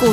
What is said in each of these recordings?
股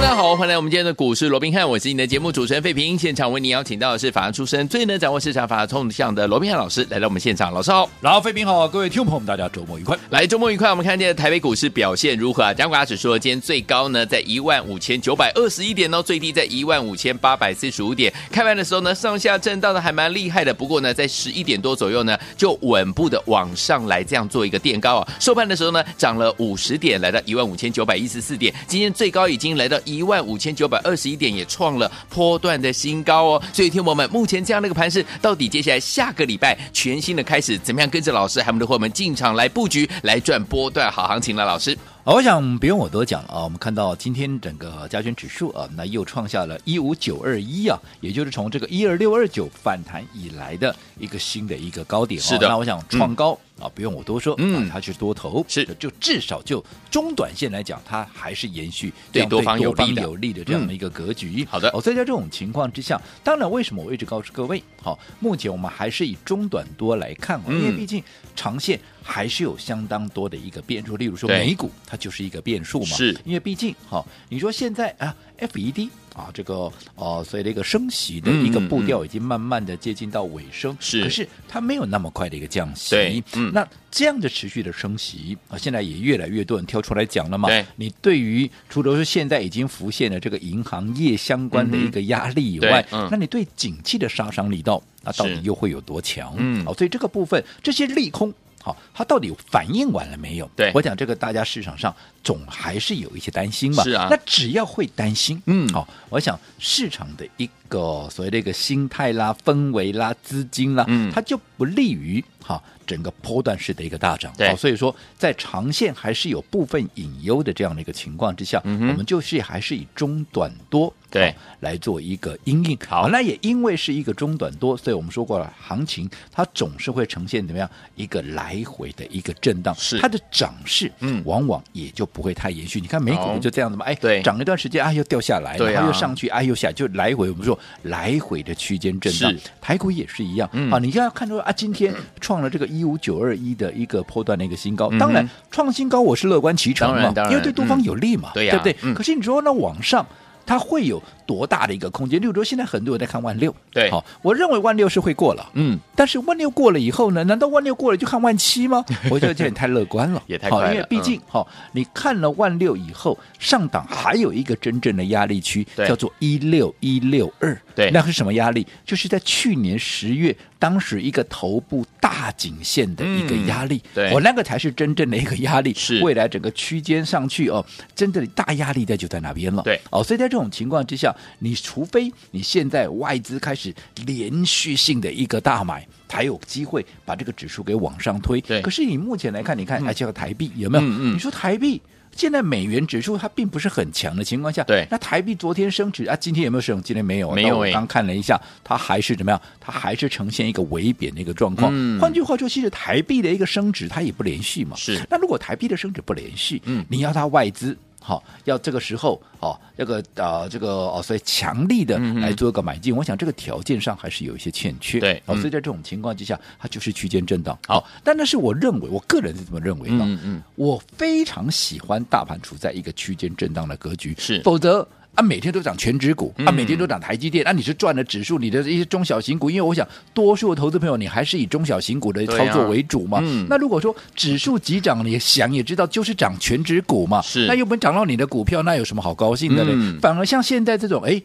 大家好，欢迎来我们今天的股市罗宾汉，我是你的节目主持人费平。现场为您邀请到的是法案出身、最能掌握市场法动向的罗宾汉老师来到我们现场，老师好。然后，费平好，各位听众朋友们，大家周末愉快。来，周末愉快。我们看今天的台北股市表现如何啊？加权指数今天最高呢在15,921点哦，最低在15,845点。开盘的时候呢，上下震荡的还蛮厉害的，不过呢，在11点多左右呢，就稳步的往上来这样做一个垫高啊。收盘的时候呢，涨了50点，来到15,914点。今天最高已经来到15,921点，也创了波段的新高哦。所以，听众朋友们，目前这样的一个盘势，到底接下来下个礼拜全新的开始，怎么样跟着老师还有我们的伙伴们进场来布局，来赚波段好行情了？老师，好，我想不用我多讲了啊。我们看到今天整个加权指数啊，那又创下了一五九二一啊，也就是从这个一二六二九反弹以来的一个新的一个高点、哦。是的那我想创高、啊，不用我多说，嗯啊它是多头，是就至少就中短线来讲，它还是延续对这样多对方有多利方的嗯有利的这样的一个格局。好的哦，所以在这种情况之下，当然为什么我一直告诉各位，好、目前我们还是以中短多来看、哦，因为嗯毕竟长线还是有相当多的一个变数，例如说对美股它就是一个变数嘛，是因为毕竟哈、好你说现在啊，FED 啊，这个哦，所以这个升息的一个嗯嗯步调已经慢慢的接近到尾声，是可是它没有那么快的一个降息，对嗯那这样的持续的升息啊，现在也越来越多人挑出来讲了嘛，对你对于除了说现在已经浮现了这个银行业相关的一个压力以外，嗯对嗯那你对景气的杀伤力道，那到底是又会有多强？嗯好，所以这个部分这些利空。好，它到底反应完了没有？对我讲这个，大家市场上总还是有一些担心嘛。是啊那只要会担心，嗯好、我想市场的一个所谓的一个心态啦、氛围啦、资金啦，嗯它就不利于哈、整个波段式的一个大涨。对好所以说在长线还是有部分隐忧的这样的一个情况之下，嗯哼我们就是还是以中短多对好来做一个阴应。好，那也因为是一个中短多，所以我们说过了，行情它总是会呈现怎么样一个来回的一个震荡，是它的涨势，嗯往往也就不会太延续。你看美股好不就这样的吗？哎，对涨一段时间啊又掉下来，对啊然后又上去啊又下，就来回我们说来回的区间震荡是。台股也是一样、嗯啊，你要看出啊，今天创了这个一五九二一的一个波段的一个新高，嗯哼当然创新高我是乐观其成当然嘛当，然因为对多方嗯有利嘛，对呀不对？嗯可是你说那往上它会有多大的一个空间？例如说，现在很多人在看万六，对好、我认为万六是会过了。嗯，但是万六过了以后呢？难道万六过了就看万 七吗？我觉得这也太乐观了，也太好快了嗯因为毕竟哈、你看了万六以后，上档还有一个真正的压力区，对叫做一六一六二。对那是什么压力？就是在去年十月，当时一个头部大颈线的一个压力。嗯对我那个才是真正的一个压力。是未来整个区间上去哦，真的大压力在就在那边了。对哦，所以在这种情况之下，你除非你现在外资开始连续性的一个大买，才有机会把这个指数给往上推。对嗯可是以目前来看，你看，而且有台币有没有？嗯嗯你说台币。现在美元指数它并不是很强的情况下，对那台币昨天升值啊，今天有没有升？今天没有，没有那我欸刚看了一下，它还是怎么样？它还是呈现一个微贬的一个状况。嗯换句话说，其实台币的一个升值它也不连续嘛。是那如果台币的升值不连续，嗯你要它外资。好、要这个时候，好、这个呃，这个哦，所以强力的嗯哼来做一个买进，我想这个条件上还是有一些欠缺。对哦，嗯所以在这种情况之下，它就是区间震荡。好哦，但那是我认为，我个人是这么认为的。嗯嗯我非常喜欢大盘处在一个区间震荡的格局，是否则。啊，每天都涨全指股，啊，嗯每天都涨台积电，啊，你是赚了指数，你的一些中小型股，因为我想，多数投资朋友你还是以中小型股的对啊操作为主嘛。嗯那如果说指数急涨，你想也知道就是涨全指股嘛。是那又不涨到你的股票，那有什么好高兴的呢？嗯反而像现在这种，哎。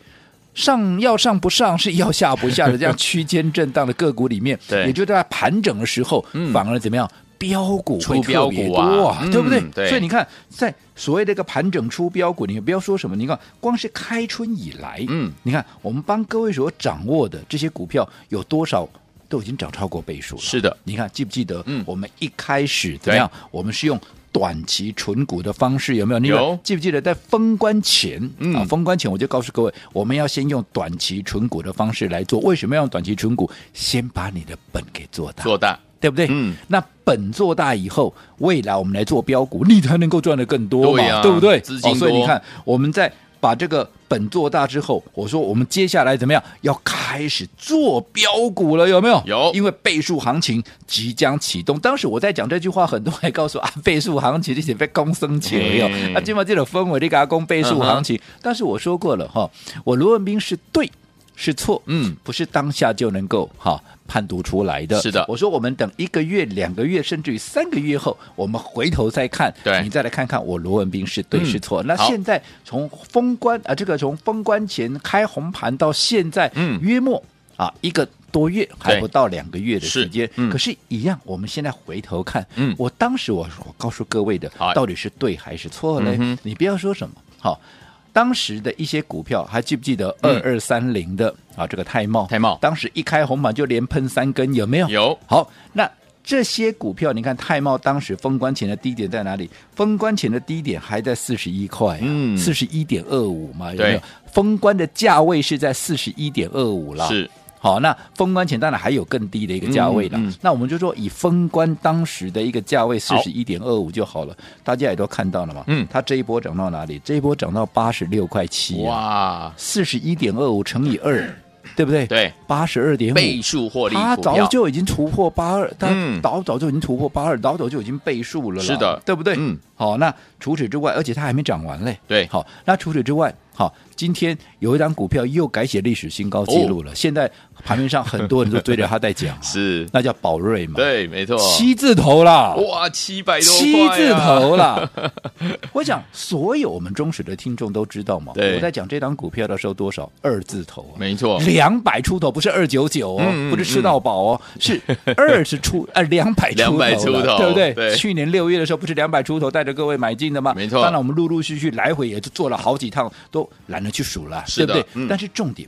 上要上不上是要下 不下的这样区间震荡的个股里面，对也就在盘整的时候，嗯反而怎么样？标股会出标股特别啊多啊，嗯对不对？对所以你看，在所谓的一个盘整出标股，你不要说什么，你看光是开春以来，嗯，你看我们帮各位所掌握的这些股票有多少？都已经涨超过倍数了。是的，你看记不记得？嗯我们一开始怎么样？我们是用短期存股的方式，有没有？你有记不记得在封关前、嗯啊？封关前我就告诉各位，我们要先用短期存股的方式来做。为什么要用短期存股？先把你的本给做大。做大，对不对？嗯，那本做大以后，未来我们来做标股，你才能够赚得更多嘛，对呀不对？资金哦所以多你看，我们在把这个本做大之后，我说我们接下来怎么样？要开始做标股了，有没有？有因为倍数行情即将启动。当时我在讲这句话，很多人还告诉我啊，倍数行情你是被公升起了哟嘿，啊，今晚这种氛围你给他攻倍数行情。但是我说过了哈，我罗文斌是对是错，嗯，不是当下就能够哈判读出来的。是的我说我们等一个月、两个月，甚至于三个月后，我们回头再看，对你再来看看我罗文斌是对嗯是错。那好现在从封关啊、这个从封关前开红盘到现在，嗯约莫啊一个。多月还对不到两个月的是时间，嗯可是，一样，我们现在回头看，嗯我当时我我告诉各位的好，到底是对还是错嘞？嗯哼你不要说什么，好、当时的一些股票，还记不记得二嗯二三零的、啊？这个泰茂，泰茂当时一开红盘就连喷三根，有没有？。有，好，那这些股票，你看泰茂当时封关前的低点在哪里？封关前的低点还在四十一块、啊，嗯四十一点二五嘛，有没对有？封关的价位是在四十一点二五了，是好，那封关前当然还有更低的一个价位了。嗯嗯那我们就说以封关当时的一个价位四十一点二五就好了，大家也都看到了嘛。嗯它这一波涨到哪里？这一波涨到八十六块七、啊，哇，四十一点二五乘以二，对不对？，对，八十二点五。倍数获利它股哎早票，就已经突破八二，嗯它早早就已经突破八二，早早就已经倍数了啦，是的对不对？嗯，好，那除此之外，而且它还没涨完嘞，对，好，那除此之外，好，今天有一张股票又改写历史新高记录了，现在盘面上很多人都追着它在讲、哦 啊是，那叫宝瑞嘛，，对，哦哎没错，七字头啦，哇，七百多、啊七字，头啦！ 我想，所有我们忠实的听众都知道嘛。对我在讲这档股票的时候，多少二字头啊？没错，两百出头，不是二九九哦，哦嗯嗯不是吃到饱哦，是二十 出呃两百出头200了，出头对不对？对去年六月的时候不是两百出头带着各位买进的吗？没错当然我们陆陆续续来回也就做了好几趟，都懒得去数了，是的对不对？嗯但是重点，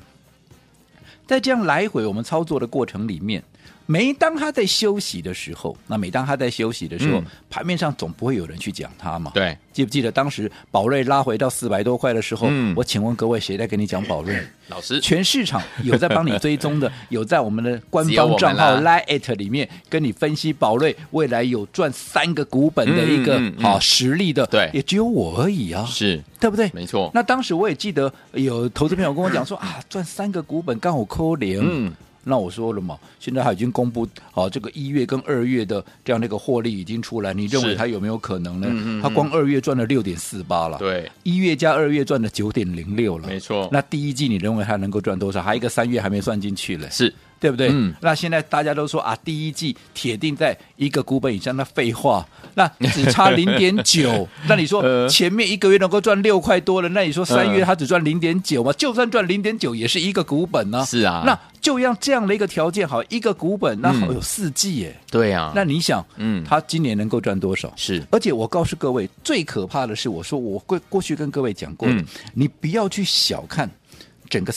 在这样来回我们操作的过程里面。每当他在休息的时候，那每当他在休息的时候，嗯盘面上总不会有人去讲他嘛？对，记不记得当时宝瑞拉回到四百多块的时候，嗯我请问各位，谁在跟你讲宝瑞？老师，全市场有在帮你追踪 的，有在我们的官只有我方们账号啦 Line at 里面跟你分析宝瑞未来有赚三个股本的一个啊、嗯嗯嗯实力的，对也只有我而已啊，是对不对？没错，那当时我也记得有投资朋友跟我讲 说啊，赚三个股本刚好扣零。嗯那我说了嘛，现在他已经公布好、这个一月跟二月的这样的一个获利已经出来，你认是为它有没有可能呢？嗯嗯嗯它光二月赚了六点四八了，对，一月加二月赚了九点零六了，没错那第一季你认为它能够赚多少？还有一个三月还没算进去嘞，是对不对？嗯那现在大家都说啊，第一季铁定在一个股本以上，那废话，那只差零点 九，那你呃说前面一个月能够赚六块多了，那你说三月嗯它只赚零点九嘛？就算赚零点九，也是一个股本呢、是啊，那就让这样的一个条件好，一个股本那好嗯有四季耶。对啊，那你想，嗯它今年能够赚多少？是而且我告诉各位，最可怕的是，我说我过过去跟各位讲过的，嗯你不要去小看整个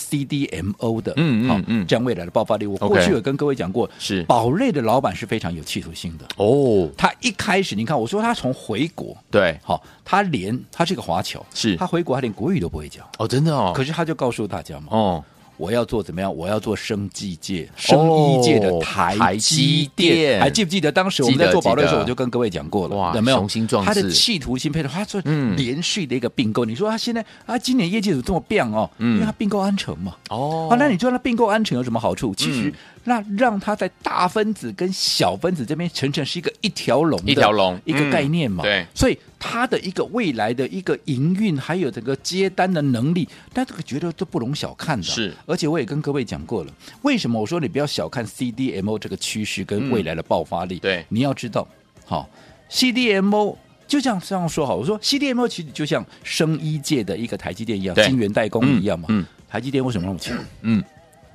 CDMO 的，嗯嗯好嗯这样未来的爆发力。我 OK 过去有跟各位讲过，是宝瑞的老板是非常有企图心的。哦，他一开始，你看，我说他从回国，对，好，他连他是个华侨，是他回国他连国语都不会讲，哦，真的哦，可是他就告诉大家嘛，哦，我要做怎么样？我要做生技界、生医界的台积台积电电，还记不记得当时我们在做保记利得的时候，我就跟各位讲过哇了，有没有？雄心壮志他的企图心配合，他说嗯连续的一个并购。你说他现在啊，今年业绩怎么这么变哦？嗯因为他并购安诚嘛。哦，啊，那你说那并购安诚有什么好处？其实嗯那让它在大分子跟小分子这边层层是一个一条龙的一条龙一个概念嘛。嗯对所以它的一个未来的一个营运，还有整个接单的能力，那这个绝对都不容小看的。是，而且我也跟各位讲过了，为什么我说你不要小看 CDMO 这个趋势跟未来的爆发力？嗯对你要知道，好、CDMO。就像这样说好，我说 CDMO 其实就像生医界的一个台积电一样，对晶圆代工一样嘛。嗯嗯台积电为什么那么强？嗯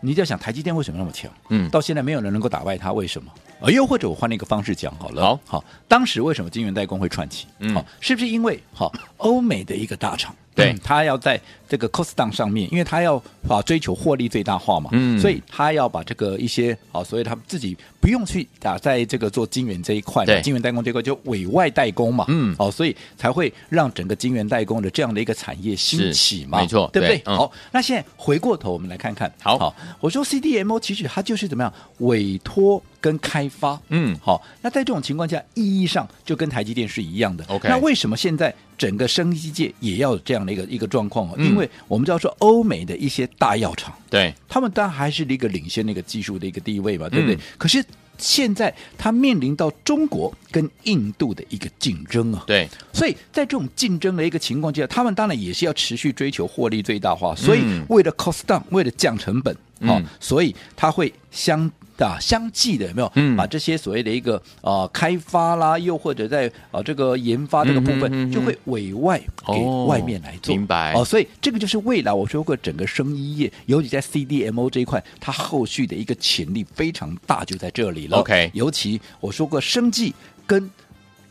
你就要想台积电为什么那么强？嗯哎到现在没有人能够打败它，为什么？呃，又或者我换一个方式讲好了。好当时为什么晶圆代工会串起？嗯好、是不是因为好、欧美的一个大厂，对它要在这个 cost down 上面，因为它要啊追求获利最大化嘛，嗯所以它要把这个一些啊，所以他们自己不用去打在这个做晶圆这一块嘛，对晶圆代工这一块就委外代工嘛，嗯哦，所以才会让整个晶圆代工的这样的一个产业是兴起嘛，没错对不对对？嗯好。好那现在回过头，我们来看看。好我说 CDMO 其实它就是怎么样委托跟开发，嗯好，那在这种情况下，意义上就跟台积电是一样的。 OK 那为什么现在整个生意界也要有这样的一个一个状况哦？嗯因为我们知道说，欧美的一些大药厂，对，他们当然还是一个领先的一个技术的一个地位嘛，对不对？嗯可是现在它面临到中国跟印度的一个竞争啊，对，所以在这种竞争的一个情况之下，他们当然也是要持续追求获利最大化，所以为了 cost down，为了降成本，嗯好、所以它会相。啊，相继的有没有、嗯把这些所谓的一个呃开发啦，又或者在呃这个研发这个部分，嗯哼嗯哼就会委外给哦外面来做，明白哦，所以这个就是未来我说过整个生医业，尤其在 CDMO 这一块，它后续的一个潜力非常大，就在这里了。 OK 尤其我说过，生技跟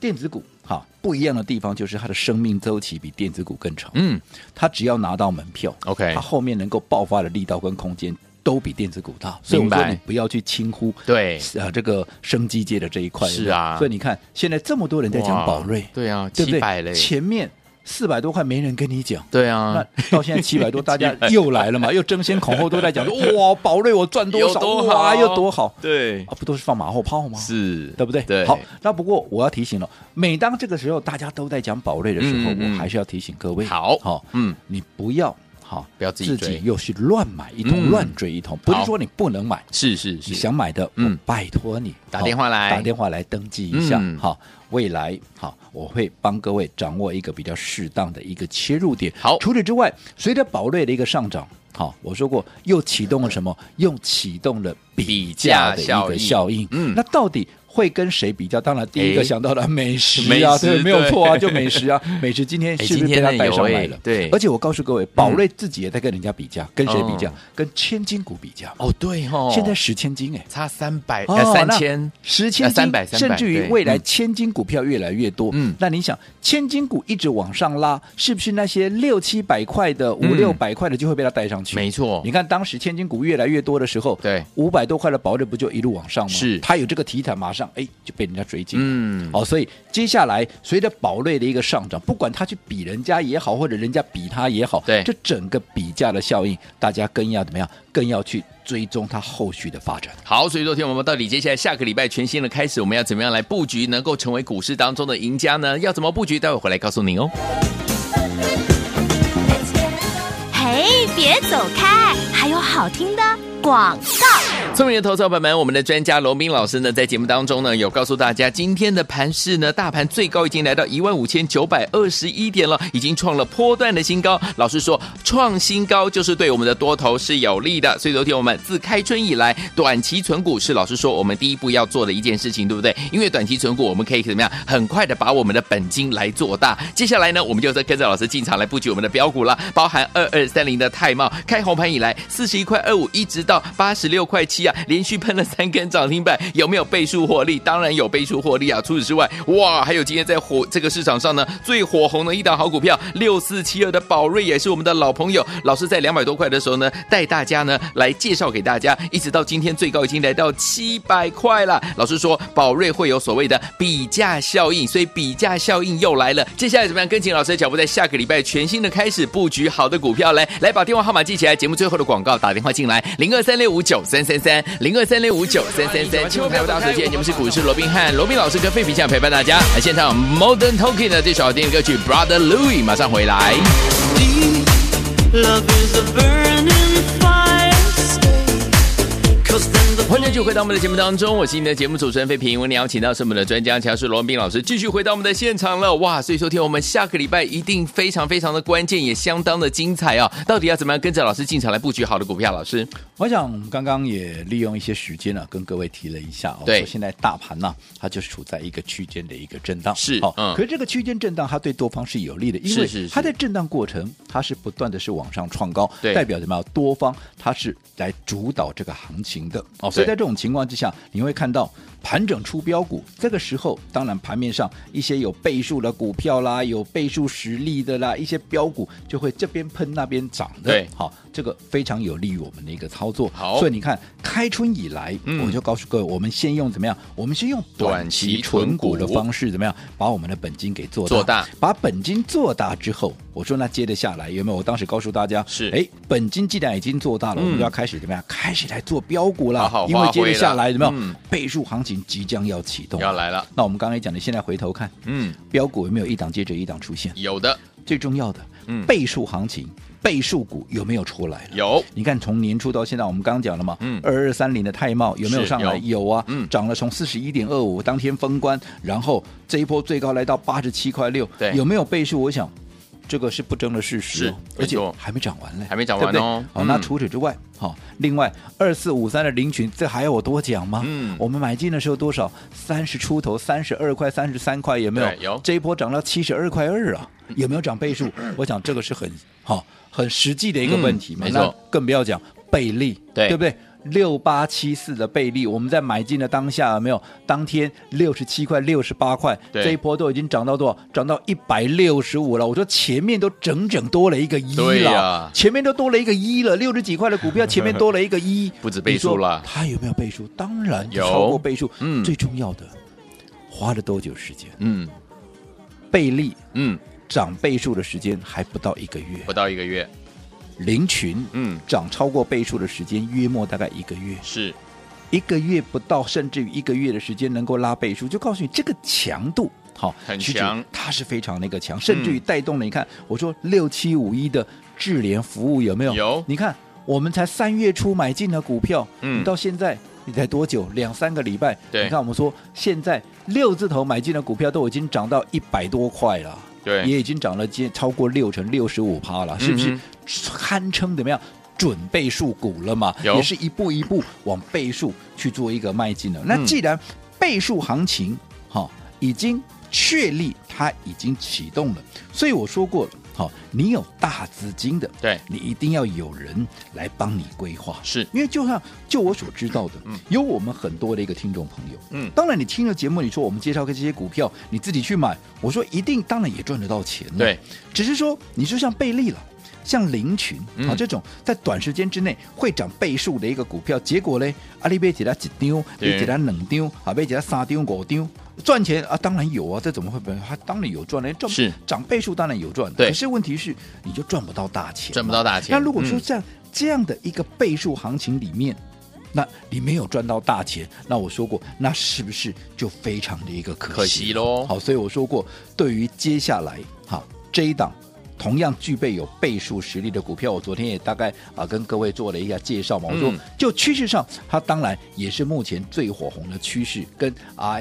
电子股哈不一样的地方，就是它的生命周期比电子股更长。嗯哎它只要拿到门票 OK 它后面能够爆发的力道跟空间都比电子股大。所以我明白说你不要去轻忽对呃这个生技界的这一块。是啊所以你看现在这么多人在讲哇宝瑞，对啊，对不七百嘞对？，前面四百多块没人跟你讲。对啊，那到现在七百多，大 家又来了嘛，又争先恐后都在讲说，哇，宝瑞我赚多有少，多好哇，又多好对啊，，不都是放马后炮吗？是，对不对？对，好，，那不过我要提醒了，每当这个时候大家都在讲宝瑞的时候，嗯嗯我还是要提醒各位，好好、嗯，你不要好、不要自己追又是乱买一通，嗯乱追一通，不好是说你不能买，是是你是，想买的，嗯嗯，拜托你打好电话来打电话来登记一下嗯。好，未来好，我会帮各位掌握一个比较适当的一个切入点。好除此之外，随着宝瑞的一个上涨。好，我说过，又启动了什么？又启动了比价的一个比价效益效应。嗯那到底会跟谁比较？当然，第一个哎想到的美食美啊，食对，没有对错啊，就美食 啊，美食今天哎是今不是被天他呢带上有哎来了？对而且我告诉各位，宝瑞自己也在跟人家比价，跟谁比价嗯？跟千金股比价。哦对哦，现在十千金哎，差三百呃三千十千呃金， 300甚至于对未来嗯千金股票越来越多。嗯那你想，千金股一直往上拉，是不是那些六七百块的、五嗯六百块的就会被它带上去？没错你看当时千金股越来越多的时候，对，五百多块的保证不就一路往上吗？是它有这个题材，马上哎就被人家追进。嗯好、所以接下来随着宝瑞的一个上涨，不管他去比人家也好，或者人家比他也好，对这整个比价的效应，大家更要怎么样？更要去追踪它后续的发展。好，所以昨天我们到底接下来下个礼拜全新的开始，我们要怎么样来布局，能够成为股市当中的赢家呢？要怎么布局？待会回来告诉您哦。嘿，别走开，还有好听的广告。聪明的投资者朋友们，我们的专家罗斌老师呢，在节目当中呢，有告诉大家，今天的盘市呢，大盘最高已经来到一万五千九百二十一点了，已经创了波段的新高。老师说，创新高就是对我们的多头是有利的。所以昨天我们自开春以来，短期存股是老师说我们第一步要做的一件事情，对不对？因为短期存股，我们可以怎么样，很快的把我们的本金来做大。接下来呢，我们就再跟着老师进场来布局我们的标股了，包含二二三零的泰茂，开红盘以来四十一块二五，一直到八十六块七啊，连续喷了三根涨停板，有没有倍数获利？当然有倍数获利啊！除此之外，哇，还有今天在火这个市场上呢，最火红的一档好股票六四七二的宝瑞也是我们的老朋友，老师在两百多块的时候呢，带大家呢来介绍给大家，一直到今天最高已经来到七百块了。老师说宝瑞会有所谓的比价效应，所以比价效应又来了。接下来怎么样跟紧老师的脚步，在下个礼拜全新的开始布局好的股票来来把电话号码记起来，节目最后的广告打电话进来零二三六五九三三三零二三六五九三三三，千万不要打手机，你们是股市罗宾汉，罗宾老师跟费皮酱陪伴大家。来现场 Modern Talking 的这首好听的歌曲 Brother Louis 马上回来。 deep. Love is a burning fire. Stay. Cause then the 欢迎继续回到我们的节目当中，我是你的节目主持人费平。我们邀请到是我们的专家乔氏罗文斌老师，继续回到我们的现场了。哇，所以说听我们下个礼拜一定非常非常的关键，也相当的精彩啊！到底要怎么样跟着老师进场来布局好的股票？老师，我想刚刚也利用一些时间呢、啊跟各位提了一下哦，对说现在大盘呢、它就处在一个区间的一个震荡，是哦，嗯可是这个区间震荡它对多方是有利的，因是为是是它在震荡过程它是不断的是往上创高，对代表什么？多方它是来主导这个行情的哦，所以对在这种情况之下，你会看到盘整出标股，这个时候当然盘面上一些有倍数的股票啦，有倍数实力的啦，一些标股就会这边喷那边涨的，对好，这个非常有利于我们的一个操作。好所以你看开春以来，嗯我就告诉各位，我们先用怎么样？我们先用短短期期存存股股的方式，怎么样把我们的本金给做大？做大把本金做大之后，我说那接着下来有没有？我当时告诉大家是哎，本金既然已经做大了，我们嗯就要开始怎么样？开始来做标股了，好好因为发接挥着下了来有没有、嗯倍数行情即将要启动？要来了，那我们刚才讲的，现在回头看，嗯，标股有没有一档接着一档出现？有的最重要的，嗯倍数行情、倍数股有没有出来了？有，你看，从年初到现在，我们刚刚讲了嘛，嗯二二三零的泰茂有没有是上来？有有啊，嗯涨了从四十一点二五当天封关，然后这一波最高来到八十七块六，对有没有倍数？我想这个是不争的事实、哦，是而且没错还没涨完嘞，还没涨完对不对哦好，那嗯除此之外，好、另外二四五三的林群，这还要我多讲吗？嗯我们买进的时候多少？三十出头，三十二块，三十三块，有没有对？有这一波涨到七十二块二啊，有没有涨 倍数？我想这个是很好、很实际的一个嗯问题嘛。没错那更不要讲贝利，对对不对？六八七四的贝利，我们在买进的当下有没有？当天六十七块、六十八块，对这一波都已经涨到多少？涨到一百六十五了。我说前面都整整多了一个一对了，呀前面都多了一个一了，六十几块的股 票前面多了一个一，不止倍数了你说它有没有倍数？当然有超过倍数。嗯最重要的，花了多久时间？嗯贝利嗯，涨倍数的时间还不到一个月，不到一个月，林群嗯，涨超过倍数的时间约莫大概一个月，是一个月不到，甚至于一个月的时间能够拉倍数，就告诉你这个强度。好，很其实强嗯它是非常那个强，甚至于带动了。你看，我说六七五一的智联服务有没有？有你看，我们才三月初买进的股票，嗯你到现在你才多久？两三个礼拜。对你看我们说现在六字头买进的股票都已经涨到一百多块了。对也已经涨了接超过六成六十五趴了，是不是嗯堪称怎么样？准倍数股了嘛，有也是一步一步往倍数去做一个迈进嗯的。那既然倍数行情哈、已经确立，它已经启动了，所以我说过了，好、你有大资金的，对你一定要有人来帮你规划，是因为就像就我所知道的，嗯有我们很多的一个听众朋友，嗯当然你听了节目，你说我们介绍给这些股票，你自己去买，我说一定，当然也赚得到钱了，对，只是说你说像贝利了。像林群嗯啊这种在短时间之内会涨倍数的一个股票，结果呢，啊阿里贝给它几丢，对你给它两丢，啊贝给它三丢五丢，赚钱啊当然有啊，这怎么会不？它当然有赚的，赚是涨倍数当然有赚的，对可是问题是你就赚不到大钱嘛，赚不到大钱那如果说嗯像这样的一个倍数行情里面，那你没有赚到大钱，那我说过，那是不是就非常的一个可惜可惜喽好，所以我说过，对于接下来哈这一档。同样具备有倍数实力的股票，我昨天也大概啊跟各位做了一下介绍嘛。我说嗯，就趋势上，它当然也是目前最火红的趋势，跟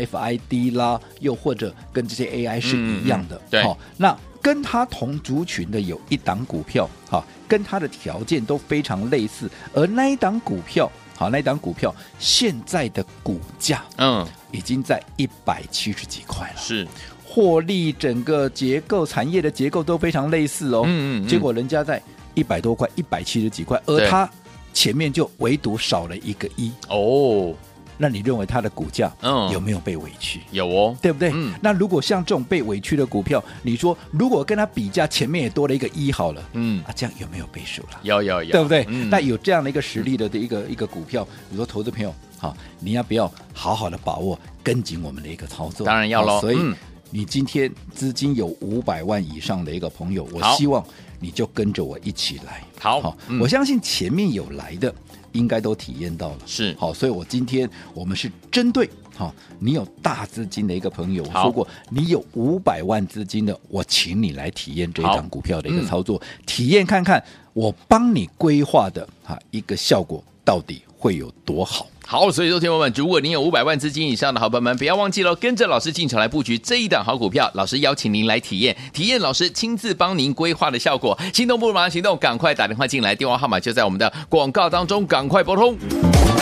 RFID 啦，又或者跟这些 AI 是一样的嗯嗯。对好那跟它同族群的有一档股票，哈、跟它的条件都非常类似，而那一档股票，好、那一档股票现在的股价嗯已经在一百七十几块了，是获利整个结构、产业的结构都非常类似哦。嗯嗯嗯结果人家在一百多块、一百七十几块，而对它前面就唯独少了一个一，哦，那你认为它的股价嗯有没有被委屈？有哦，对不对？嗯那如果像这种被委屈的股票，你说如果跟它比价，前面也多了一个一好了，嗯，啊，这样有没有倍数了？有有有，对不对？嗯那有这样的一个实力的的一个、一个股票，你说投资朋友，好，你要不要好好的把握，跟紧我们的一个操作？当然要喽好所以、嗯你今天资金有五百万以上的一个朋友，我好希望你就跟着我一起来。好嗯我相信前面有来的，应该都体验到了。是好，所以我今天我们是针对好、你有大资金的一个朋友，我好说过你有五百万资金的，我请你来体验这一好档股票的一个嗯操作，体验看看我帮你规划的哈、一个效果到底会有多好。好，所以说，听友们，如果您有五百万资金以上的好朋友们，不要忘记喽，跟着老师进场来布局这一档好股票。老师邀请您来体验，体验老师亲自帮您规划的效果。心动不如马上行动，赶快打电话进来，电话号码就在我们的广告当中，赶快拨通。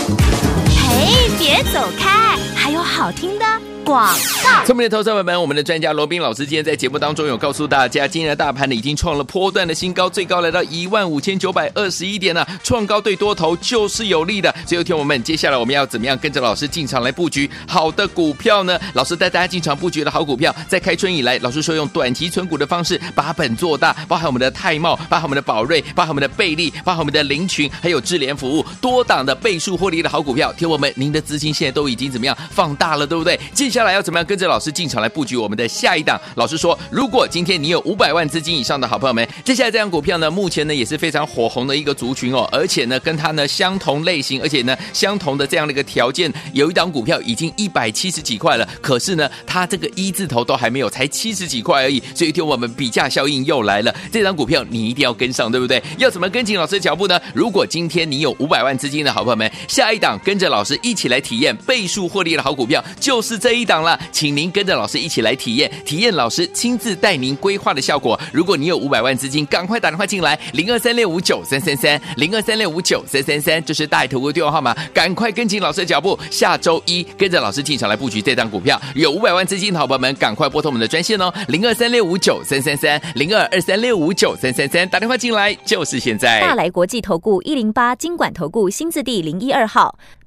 嘿，别走开，还有好听的广告。聪明的投资者们，我们的专家罗斌老师今天在节目当中有告诉大家，今天的大盘呢已经创了波段的新高，最高来到一万五千九百二十一点呢、创高对多头就是有利的。所以，听我们，接下来我们要怎么样跟着老师进场来布局好的股票呢？老师带大家进场布局的好股票，在开春以来，老师说用短期存股的方式把本做大，包含我们的泰茂，包含我们的宝瑞，包含我们的贝利，包含我们的林群，还有智联服务多档的倍数获利的好股票。听我们，您的资金现在都已经怎么样放大了，对不对？接下来。下来要怎么样跟着老师进场来布局我们的下一档？老师说，如果今天你有五百万资金以上的好朋友们，接下来这档股票呢，目前呢也是非常火红的一个族群哦，而且呢跟它呢相同类型，而且呢相同的这样的一个条件，有一档股票已经一百七十几块了，可是呢它这个一字头都还没有，才七十几块而已，所以听我们比价效应又来了，这档股票你一定要跟上，对不对？要怎么跟紧老师的脚步呢？如果今天你有五百万资金的好朋友们，下一档跟着老师一起来体验倍数获利的好股票，就是这一档了。请您跟着老师一起来体验，体验老师亲自带您规划的效果。如果你有五百万资金，赶快打电话进来，零二三六五九三三三，零二三六五九三三三，这是大头的电话号码，赶快跟紧老师的脚步，下周一跟着老师进场来布局这档股票。有五百万资金的好朋友们，赶快拨通我们的专线哦，零二三六五九三三三，零二二三六五九三三三，打电话进来就是现在。大来国际投顾一零八金管投顾新字第零一二号。